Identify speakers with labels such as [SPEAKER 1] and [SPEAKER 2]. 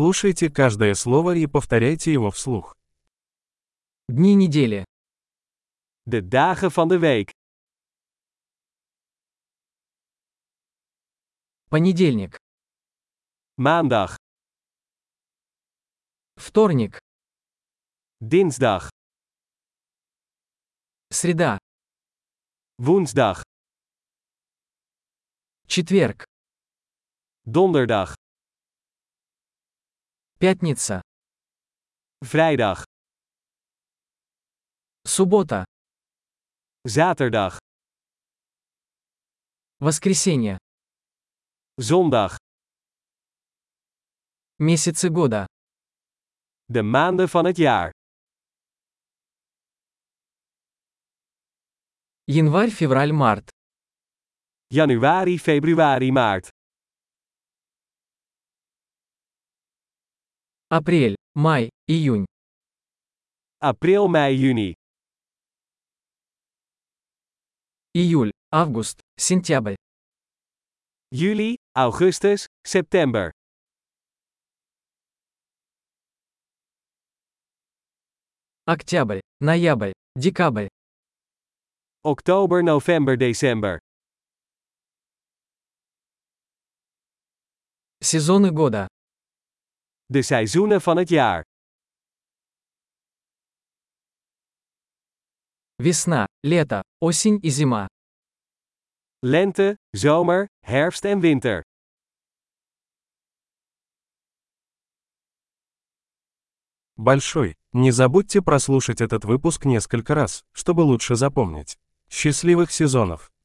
[SPEAKER 1] Слушайте каждое слово и повторяйте его вслух.
[SPEAKER 2] Дни недели.
[SPEAKER 3] De dagen van de week.
[SPEAKER 2] Понедельник.
[SPEAKER 3] Maandag,
[SPEAKER 2] Вторник.
[SPEAKER 3] dinsdag,
[SPEAKER 2] Среда.
[SPEAKER 3] woensdag,
[SPEAKER 2] Четверг.
[SPEAKER 3] donderdag,
[SPEAKER 2] Пятница.
[SPEAKER 3] vrijdag,
[SPEAKER 2] Суббота.
[SPEAKER 3] zaterdag,
[SPEAKER 2] Воскресенье.
[SPEAKER 3] zondag.
[SPEAKER 2] Месяцы года.
[SPEAKER 3] De maanden van het jaar.
[SPEAKER 2] Январь, февраль, март.
[SPEAKER 3] Januari, februari, maart.
[SPEAKER 2] Апрель, май, июнь.
[SPEAKER 3] April, mei, juni.
[SPEAKER 2] Июль, август, сентябрь.
[SPEAKER 3] Juli, augustus, september.
[SPEAKER 2] Октябрь, ноябрь, декабрь.
[SPEAKER 3] Oktober, november, december.
[SPEAKER 2] Сезоны года.
[SPEAKER 3] De seizoenen van het jaar.
[SPEAKER 2] Весна, лето, осень и зима.
[SPEAKER 3] Lente, zomer, herfst en winter.
[SPEAKER 1] Большой. Не забудьте прослушать этот выпуск несколько раз, чтобы лучше запомнить. Счастливых сезонов!